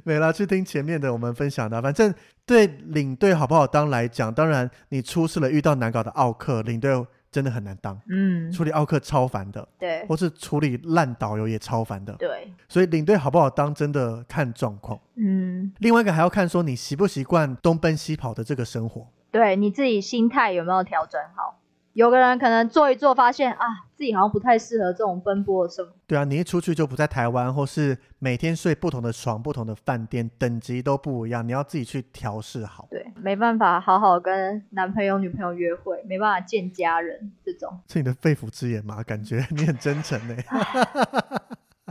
[SPEAKER 2] 没啦，去听前面的我们分享的。啊反正对领队好不好当来讲，当然你出事了，遇到难搞的奥克，领队真的很难当，
[SPEAKER 1] 嗯，
[SPEAKER 2] 处理奥克超烦的，
[SPEAKER 1] 对
[SPEAKER 2] 或是处理烂导游也超烦的。
[SPEAKER 1] 对，
[SPEAKER 2] 所以领队好不好当，真的看状况。
[SPEAKER 1] 嗯，
[SPEAKER 2] 另外一个还要看说你习不习惯东奔西跑的这个生活。
[SPEAKER 1] 对，你自己心态有没有调整好？有个人可能做一做，发现啊，自己好像不太适合这种奔波的生活。
[SPEAKER 2] 对啊，你一出去就不在台湾，或是每天睡不同的床、不同的饭店，等级都不一样，你要自己去调试好。
[SPEAKER 1] 对，没办法好好跟男朋友、女朋友约会，没办法见家人这种，
[SPEAKER 2] 是你的肺腑之言嘛？感觉 你很真诚欸呢。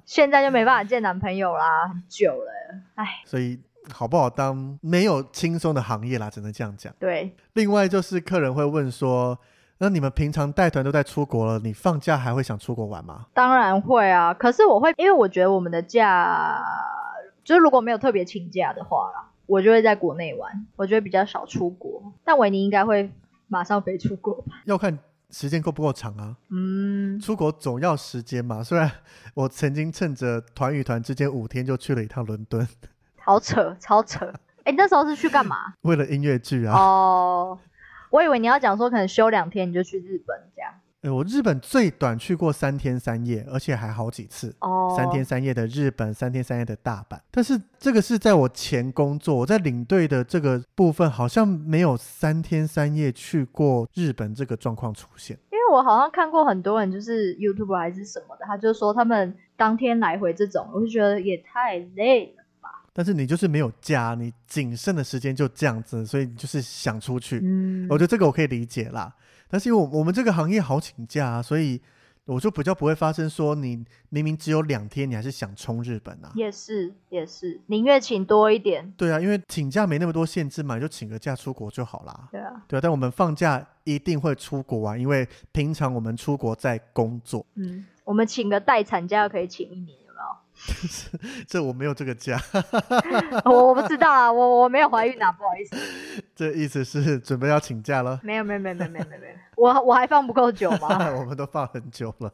[SPEAKER 1] 现在就没办法见男朋友啦，很久了，哎，
[SPEAKER 2] 所以好不好当没有轻松的行业啦，只能这样讲。
[SPEAKER 1] 对，
[SPEAKER 2] 另外就是客人会问说，那你们平常带团都在出国了，你放假还会想出国玩吗？
[SPEAKER 1] 当然会啊，可是我会，因为我觉得我们的假，就是如果没有特别请假的话啦，我就会在国内玩，我就会比较少出国，但维尼应该会马上飞出国 吧？
[SPEAKER 2] 要看时间够不够长啊。
[SPEAKER 1] 嗯，
[SPEAKER 2] 出国总要时间嘛。虽然我曾经趁着团与团之间五天就去了一趟伦敦，
[SPEAKER 1] 好扯，超扯，哎，你那时候是去 干嘛？
[SPEAKER 2] 为了音乐剧啊。
[SPEAKER 1] 哦，我以为你要讲说可能休两天你就去日本这样，
[SPEAKER 2] 诶哎我日本最短去过三天三夜，而且还好几次。
[SPEAKER 1] 哦，
[SPEAKER 2] 三天，三夜的日本，三天三夜的大阪，但是这个是在我前工作，我在领队的这个部分好像没有三天三夜去过日本这个状况出现。
[SPEAKER 1] 因为我好像看过很多人就是 YouTube 还是什么的，他就说他们当天来回这种，我就觉得也太累了。
[SPEAKER 2] 但是你就是没有假，你仅剩的时间就这样子，所以你就是想出去。
[SPEAKER 1] 嗯，
[SPEAKER 2] 我觉得这个我可以理解啦，但是因为我我们这个行业好请假、啊，所以我就比较不会发生说你明明只有两天，你还是想冲日本啊。
[SPEAKER 1] 也是也是，宁愿请多一点。
[SPEAKER 2] 对啊，因为请假没那么多限制嘛，你就请个假出国就好啦。
[SPEAKER 1] 对啊，
[SPEAKER 2] 对啊，但我们放假一定会出国啊，因为平常我们出国在工作，
[SPEAKER 1] 嗯，我们请个待产假可以请一年，有没有？
[SPEAKER 2] 这我没有这个假，
[SPEAKER 1] 我我不知道啊，我我没有怀孕啊，不好意思，
[SPEAKER 2] 这意思是准备要请假了。
[SPEAKER 1] 没有没有没有没有没有没有没有，我我还放不够久吗？
[SPEAKER 2] 我们都放很久了。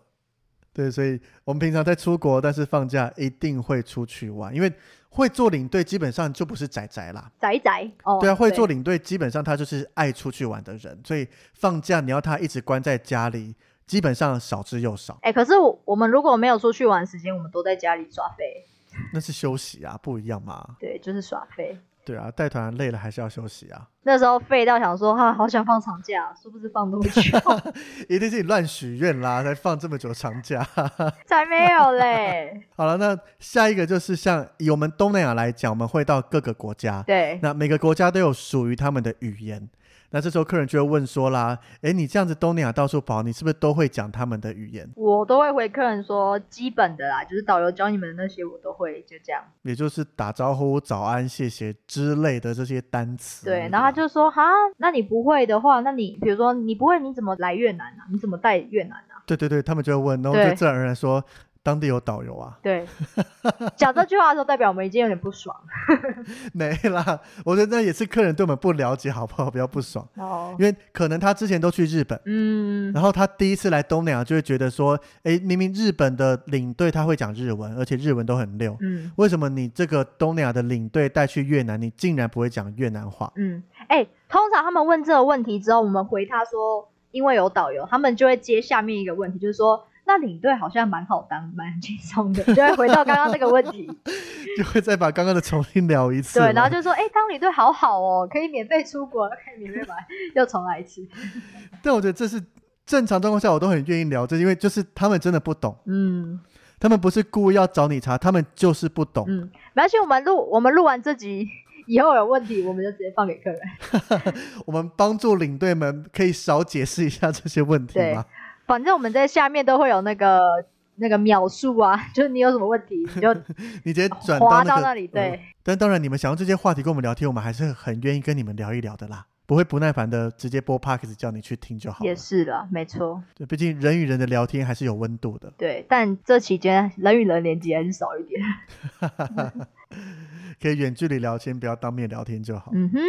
[SPEAKER 2] 对，所以我们平常在出国，但是放假一定会出去玩，因为会做领队基本上就不是宅宅啦。
[SPEAKER 1] 宅宅哦，
[SPEAKER 2] 对啊，会做领队基本上他就是爱出去玩的人，所以放假你要他一直关在家里，基本上少之又少，
[SPEAKER 1] 哎、可是我我们如果没有出去玩时间，我们都在家里耍飞，
[SPEAKER 2] 那是休息啊，不一样嘛。
[SPEAKER 1] 对，就是耍飞。
[SPEAKER 2] 对啊，带团累了还是要休息啊，
[SPEAKER 1] 那时候废到想说，哈、好想放长假，殊不知放多久
[SPEAKER 2] 一定是你乱许愿啦，才放这么久长假。
[SPEAKER 1] 才没有嘞。
[SPEAKER 2] 好了，那下一个就是像以我们东南亚来讲，我们会到各个国家，
[SPEAKER 1] 对，
[SPEAKER 2] 那每个国家都有属于他们的语言。那这时候客人就会问说啦，诶，你这样子东南亚到处跑，你是不是都会讲他们的语言？
[SPEAKER 1] 我都会回客人说基本的啦，就是导游教你们的那些我都会，就这样。
[SPEAKER 2] 也就是打招呼、早安、谢谢之类的这些单词。
[SPEAKER 1] 嗯对，然后他就说哈，那你不会的话，那你比如说你不会，你怎么来越南啊？你怎么带越南啊？
[SPEAKER 2] 对对对，他们就会问，然后就
[SPEAKER 1] 对
[SPEAKER 2] 自然而然说当地有导游啊，
[SPEAKER 1] 对，讲这句话的时候，代表我们已经有点不爽了。
[SPEAKER 2] 没啦。我觉得那也是客人对我们不了解，好不好？比较不爽，
[SPEAKER 1] 哦，
[SPEAKER 2] 因为可能他之前都去日本。
[SPEAKER 1] 嗯，
[SPEAKER 2] 然后他第一次来东南亚，就会觉得说，诶，明明日本的领队他会讲日文，而且日文都很溜，
[SPEAKER 1] 嗯
[SPEAKER 2] 为什么你这个东南亚的领队带去越南，你竟然不会讲越南话？
[SPEAKER 1] 嗯，哎、通常他们问这个问题之后，我们回他说，因为有导游，他们就会接下面一个问题，就是说，那领队好像蛮好当，蛮轻松的，就会回到刚刚这个问 题。
[SPEAKER 2] 就会再把刚刚的重新聊一次嘛。
[SPEAKER 1] 对，然后就说，哎、当领队好好哦，可以免费出国，可以免费买，又重来一次。
[SPEAKER 2] 但我觉得这是正常状况下，我都很愿意聊这，因为就是他们真的不懂，
[SPEAKER 1] 嗯
[SPEAKER 2] 他们不是故意要找你查，他们就是不懂。
[SPEAKER 1] 嗯，没关系，我们录我们录完这集以后有问题，我们就直接放给客人。
[SPEAKER 2] 我们帮助领队们可以少解释一下这些问题
[SPEAKER 1] 对
[SPEAKER 2] 吗？
[SPEAKER 1] 反正我们在下面都会有那个那个描述啊， 就是你有什么问题你 就
[SPEAKER 2] 你直接转
[SPEAKER 1] 滑
[SPEAKER 2] 那
[SPEAKER 1] 到
[SPEAKER 2] 个
[SPEAKER 1] 那里。对。
[SPEAKER 2] 嗯但当然，你们想要这些话题跟我们聊天，我们还是很愿意跟你们聊一聊的啦。不会不耐烦的直接播 p o d c a s t 叫你去听就好了
[SPEAKER 1] 也。是啦，没错，
[SPEAKER 2] 对，毕竟人与人的聊天还是有温度的，
[SPEAKER 1] 对。但这期间人与人连接还是少一点。
[SPEAKER 2] 可以远距离聊天，不要当面聊天就好。
[SPEAKER 1] 嗯哼，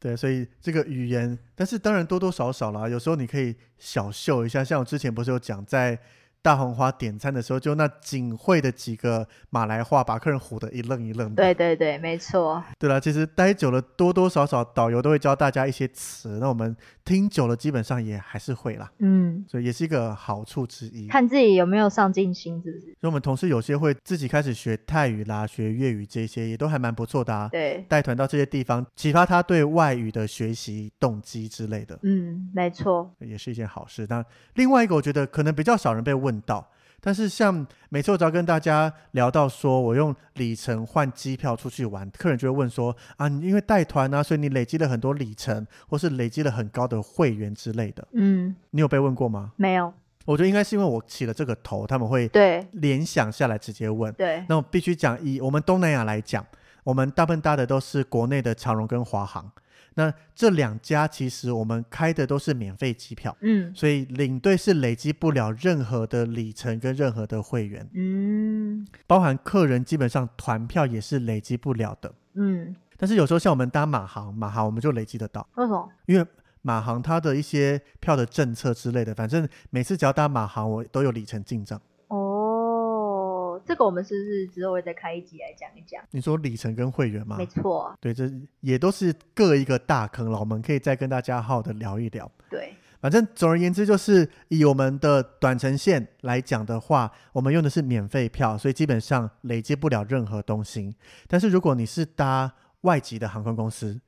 [SPEAKER 2] 对，所以这个语言，但是当然多多少少啦，有时候你可以小秀一下，像我之前不是有讲，在大红花点餐的时候，就那仅会的几个马来话，把客人唬得一愣一愣的。
[SPEAKER 1] 对对对，没错，
[SPEAKER 2] 对啦，其实待久了，多多少少导游都会教大家一些词，那我们听久了，基本上也还是会啦，
[SPEAKER 1] 嗯，
[SPEAKER 2] 所以也是一个好处之一。
[SPEAKER 1] 看自己有没有上进心，是不是？
[SPEAKER 2] 所以我们同事有些会自己开始学泰语啦，学粤语这些，也都还蛮不错的啊。
[SPEAKER 1] 对，
[SPEAKER 2] 带团到这些地方，启发他对外语的学习动机之类的。
[SPEAKER 1] 嗯，没错，
[SPEAKER 2] 也是一件好事。那另外一个，我觉得可能比较少人被问到，但是像每次我只要跟大家聊到说我用里程换机票出去玩，客人就会问说啊，你因为带团啊，所以你累积了很多里程，或是累积了很高的会员之类的。
[SPEAKER 1] 嗯，
[SPEAKER 2] 你有被问过吗？
[SPEAKER 1] 没有，
[SPEAKER 2] 我觉得应该是因为我起了这个头，他们会
[SPEAKER 1] 对
[SPEAKER 2] 联想下来直接问。
[SPEAKER 1] 对，
[SPEAKER 2] 那我必须讲，以我们东南亚来讲，我们大部分搭的都是国内的长荣跟华航。那这两家其实我们开的都是免费机票，
[SPEAKER 1] 嗯
[SPEAKER 2] 所以领队是累积不了任何的里程跟任何的会员，
[SPEAKER 1] 嗯
[SPEAKER 2] 包含客人基本上团票也是累积不了的。
[SPEAKER 1] 嗯，
[SPEAKER 2] 但是有时候像我们搭马航，马航我们就累积得到，
[SPEAKER 1] 为什么？
[SPEAKER 2] 因为马航它的一些票的政策之类的，反正每次只要搭马航，我都有里程进账。
[SPEAKER 1] 哦，这个我们是不是之后会再开一集来讲一讲？
[SPEAKER 2] 你说里程跟会员吗
[SPEAKER 1] 没？错，
[SPEAKER 2] 对，这也都是各一个大坑了，我们可以再跟大家好好的聊一聊。
[SPEAKER 1] 对，
[SPEAKER 2] 反正总而言之，就是以我们的短程线来讲的话，我们用的是免费票，所以基本上累积不了任何东西。但是如果你是搭外籍的航空公司，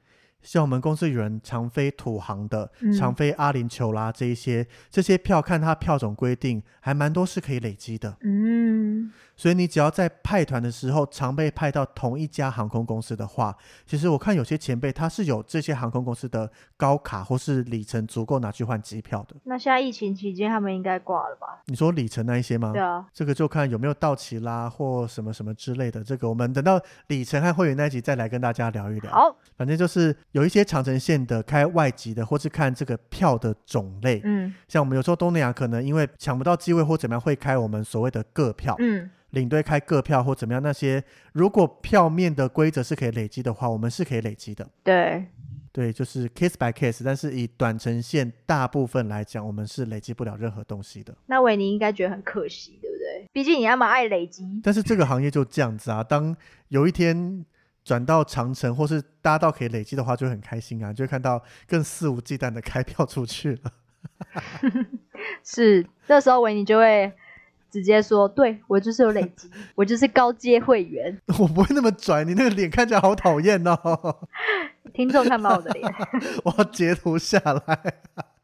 [SPEAKER 2] 像我们公司有人常飞土航的
[SPEAKER 1] 嗯、
[SPEAKER 2] 常飞阿联酋啦这一些，这些票看它票种规定，还蛮多是可以累积的。
[SPEAKER 1] 嗯
[SPEAKER 2] 所以你只要在派团的时候常被派到同一家航空公司的话，其实我看有些前辈他是有这些航空公司的高卡或是里程足够拿去换机票的。
[SPEAKER 1] 那现在疫情期间他们应该挂了吧？
[SPEAKER 2] 你说里程那一些吗？
[SPEAKER 1] 对啊，
[SPEAKER 2] 这个就看有没有到期啦，或什么什么之类的。这个我们等到里程和会员那一集再来跟大家聊一聊。
[SPEAKER 1] 好，
[SPEAKER 2] 反正就是有一些长城线的开外籍的，或是看这个票的种类。
[SPEAKER 1] 嗯
[SPEAKER 2] 像我们有时候东南亚可能因为抢不到机位或怎么样，会开我们所谓的个票，
[SPEAKER 1] 嗯
[SPEAKER 2] 领队开个票或怎么样那些。如果票面的规则是可以累积的话，我们是可以累积的。
[SPEAKER 1] 对，
[SPEAKER 2] 对，就是 case by case，但是以短程线大部分来讲，我们是累积不了任何东西的。
[SPEAKER 1] 那维尼应该觉得很可惜，对不对？毕竟你那么爱累积，
[SPEAKER 2] 但是这个行业就这样子啊，当有一天转到长城或是搭到可以累积的话，就会很开心啊，就会看到更肆无忌惮的开票出去了。
[SPEAKER 1] 是那时候维尼就会直接说，对我就是有累积，我就是高阶会员。
[SPEAKER 2] 我不会那么拽，你那个脸看起来好讨厌哦，
[SPEAKER 1] 听众看不到我的脸，
[SPEAKER 2] 我要截图下来。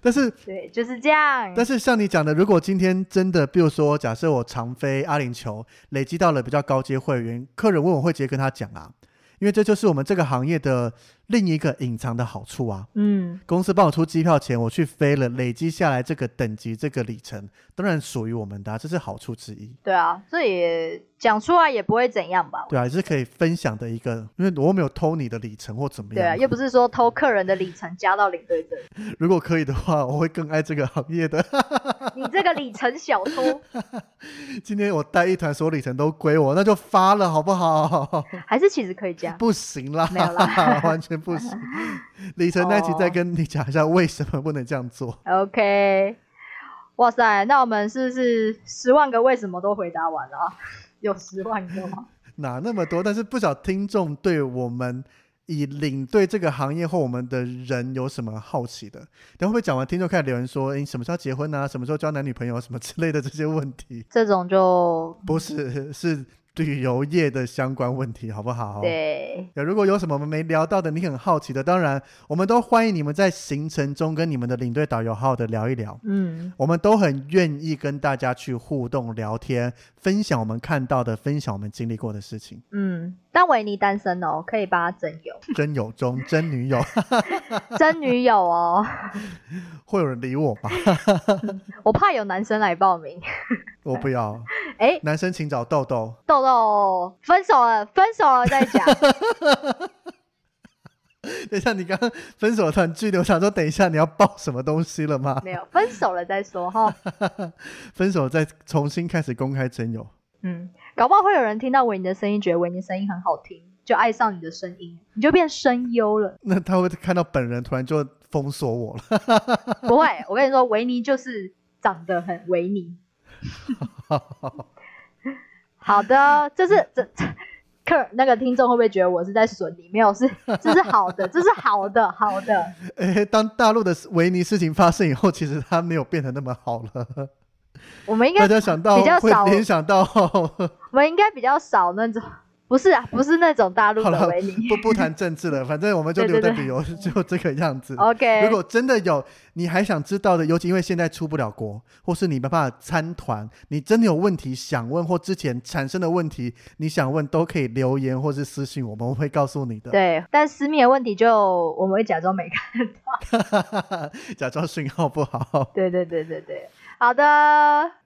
[SPEAKER 2] 但是
[SPEAKER 1] 对，就是这样。
[SPEAKER 2] 但是像你讲的，如果今天真的，比如说，假设我常飞阿联酋，累积到了比较高阶会员，客人问我会直接跟他讲啊，因为这就是我们这个行业的另一个隐藏的好处啊。
[SPEAKER 1] 嗯，
[SPEAKER 2] 公司帮我出机票钱，我去飞了，累积下来这个等级、这个里程，当然属于我们的、啊，这是好处之一。
[SPEAKER 1] 对啊，这也讲出来也不会怎样吧？
[SPEAKER 2] 对啊，也是可以分享的一个，因为我又没有偷你的里程或怎么
[SPEAKER 1] 对啊，
[SPEAKER 2] 样。
[SPEAKER 1] 又不是说偷客人的里程加到领队这 里，
[SPEAKER 2] 如果可以的话，我会更爱这个行业的。
[SPEAKER 1] 你这个里程小偷，
[SPEAKER 2] 今天我带一团，所有里程都归我，那就发了，好不好？
[SPEAKER 1] 还是其实可以这样。
[SPEAKER 2] 不行啦，
[SPEAKER 1] 没有啦
[SPEAKER 2] 完全不 行。李晨那一集再跟你讲一下为什么不能这样做。
[SPEAKER 1] OK，哇塞，那我们是不是十万个为什么都回答完了啊？有十万个吗？
[SPEAKER 2] 哪那么多？但是不少听众对我们以领队这个行业或我们的人有什么好奇的？等会不会讲完，听众开始留言说：“诶你什么时候结婚啊？什么时候交男女朋友啊？什么之类的这些问题？”
[SPEAKER 1] 这种就
[SPEAKER 2] 不是，是旅游业的相关问题，好不好？。
[SPEAKER 1] 对，
[SPEAKER 2] 如果有什么我们没聊到的，你很好奇的，当然我们都欢迎你们在行程中跟你们的领队导游好好的聊一聊。
[SPEAKER 1] 嗯，
[SPEAKER 2] 我们都很愿意跟大家去互动、聊天、分享我们看到的、分享我们经历过的事 情。
[SPEAKER 1] 嗯，但维尼单身哦，可以帮他征友，
[SPEAKER 2] 真友中真女友，
[SPEAKER 1] 征女友哦，
[SPEAKER 2] 会有人理我吗？
[SPEAKER 1] 我怕有男生来报名。
[SPEAKER 2] 我不要。
[SPEAKER 1] 哎，
[SPEAKER 2] 男生请找豆豆。
[SPEAKER 1] 豆豆分手了，分手了再讲。
[SPEAKER 2] 等一下，你刚刚分手团聚的，我想说，等一下你要爆什么东西了吗？
[SPEAKER 1] 没有，分手了再说哈。
[SPEAKER 2] 分手再重新开始公开真友，
[SPEAKER 1] 嗯，搞不好会有人听到维尼的声音，觉得维尼的声音很好听，就爱上你的声音，你就变声 优了。
[SPEAKER 2] 那他会看到本人突然就封锁我了。
[SPEAKER 1] 不会，我跟你说，维尼就是长得很 维尼。好的，这是这这客那个听众会不会觉得我是在损你？没有，是这是 好的，这是好的，好的。
[SPEAKER 2] 诶，当大陆的维尼事情发生以后，其实他没有变得那么好了。
[SPEAKER 1] 我们应该
[SPEAKER 2] 大家想到
[SPEAKER 1] 比较
[SPEAKER 2] 会
[SPEAKER 1] 少
[SPEAKER 2] 联想到
[SPEAKER 1] 我们应该比较少那种，不是啊，不是那种大陆
[SPEAKER 2] 好了
[SPEAKER 1] 的维尼。
[SPEAKER 2] 不不谈政治了，反正我们就留在
[SPEAKER 1] 对对对
[SPEAKER 2] 旅游，就这个样子。
[SPEAKER 1] OK，
[SPEAKER 2] 如果真的有你还想知道的，尤其因为现在出不了国，或是你没办法参团，你真的有问题想问，或之前产生的问题你想问，都可以留言或是私信我们，我们会告诉你的。
[SPEAKER 1] 对，但私密的问题就我们会假装没看。
[SPEAKER 2] 假装讯号不好。
[SPEAKER 1] 对对对对对，好的，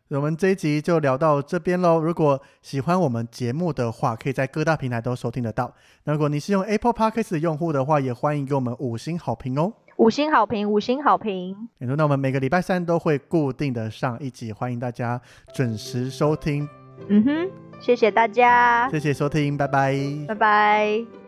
[SPEAKER 2] 我们这一集就聊到这边喽。如果喜欢我们节目的话，可以在各大平台都收听得到。那如果你是用 Apple Podcast 的用户的话，也欢迎给我们五星好评哦。
[SPEAKER 1] 五星好评，五星好评，
[SPEAKER 2] 没错那我们每个礼拜三都会固定的上一集，欢迎大家准时收听。
[SPEAKER 1] 嗯哼，谢谢大家，
[SPEAKER 2] 谢谢收听，拜拜
[SPEAKER 1] 拜拜。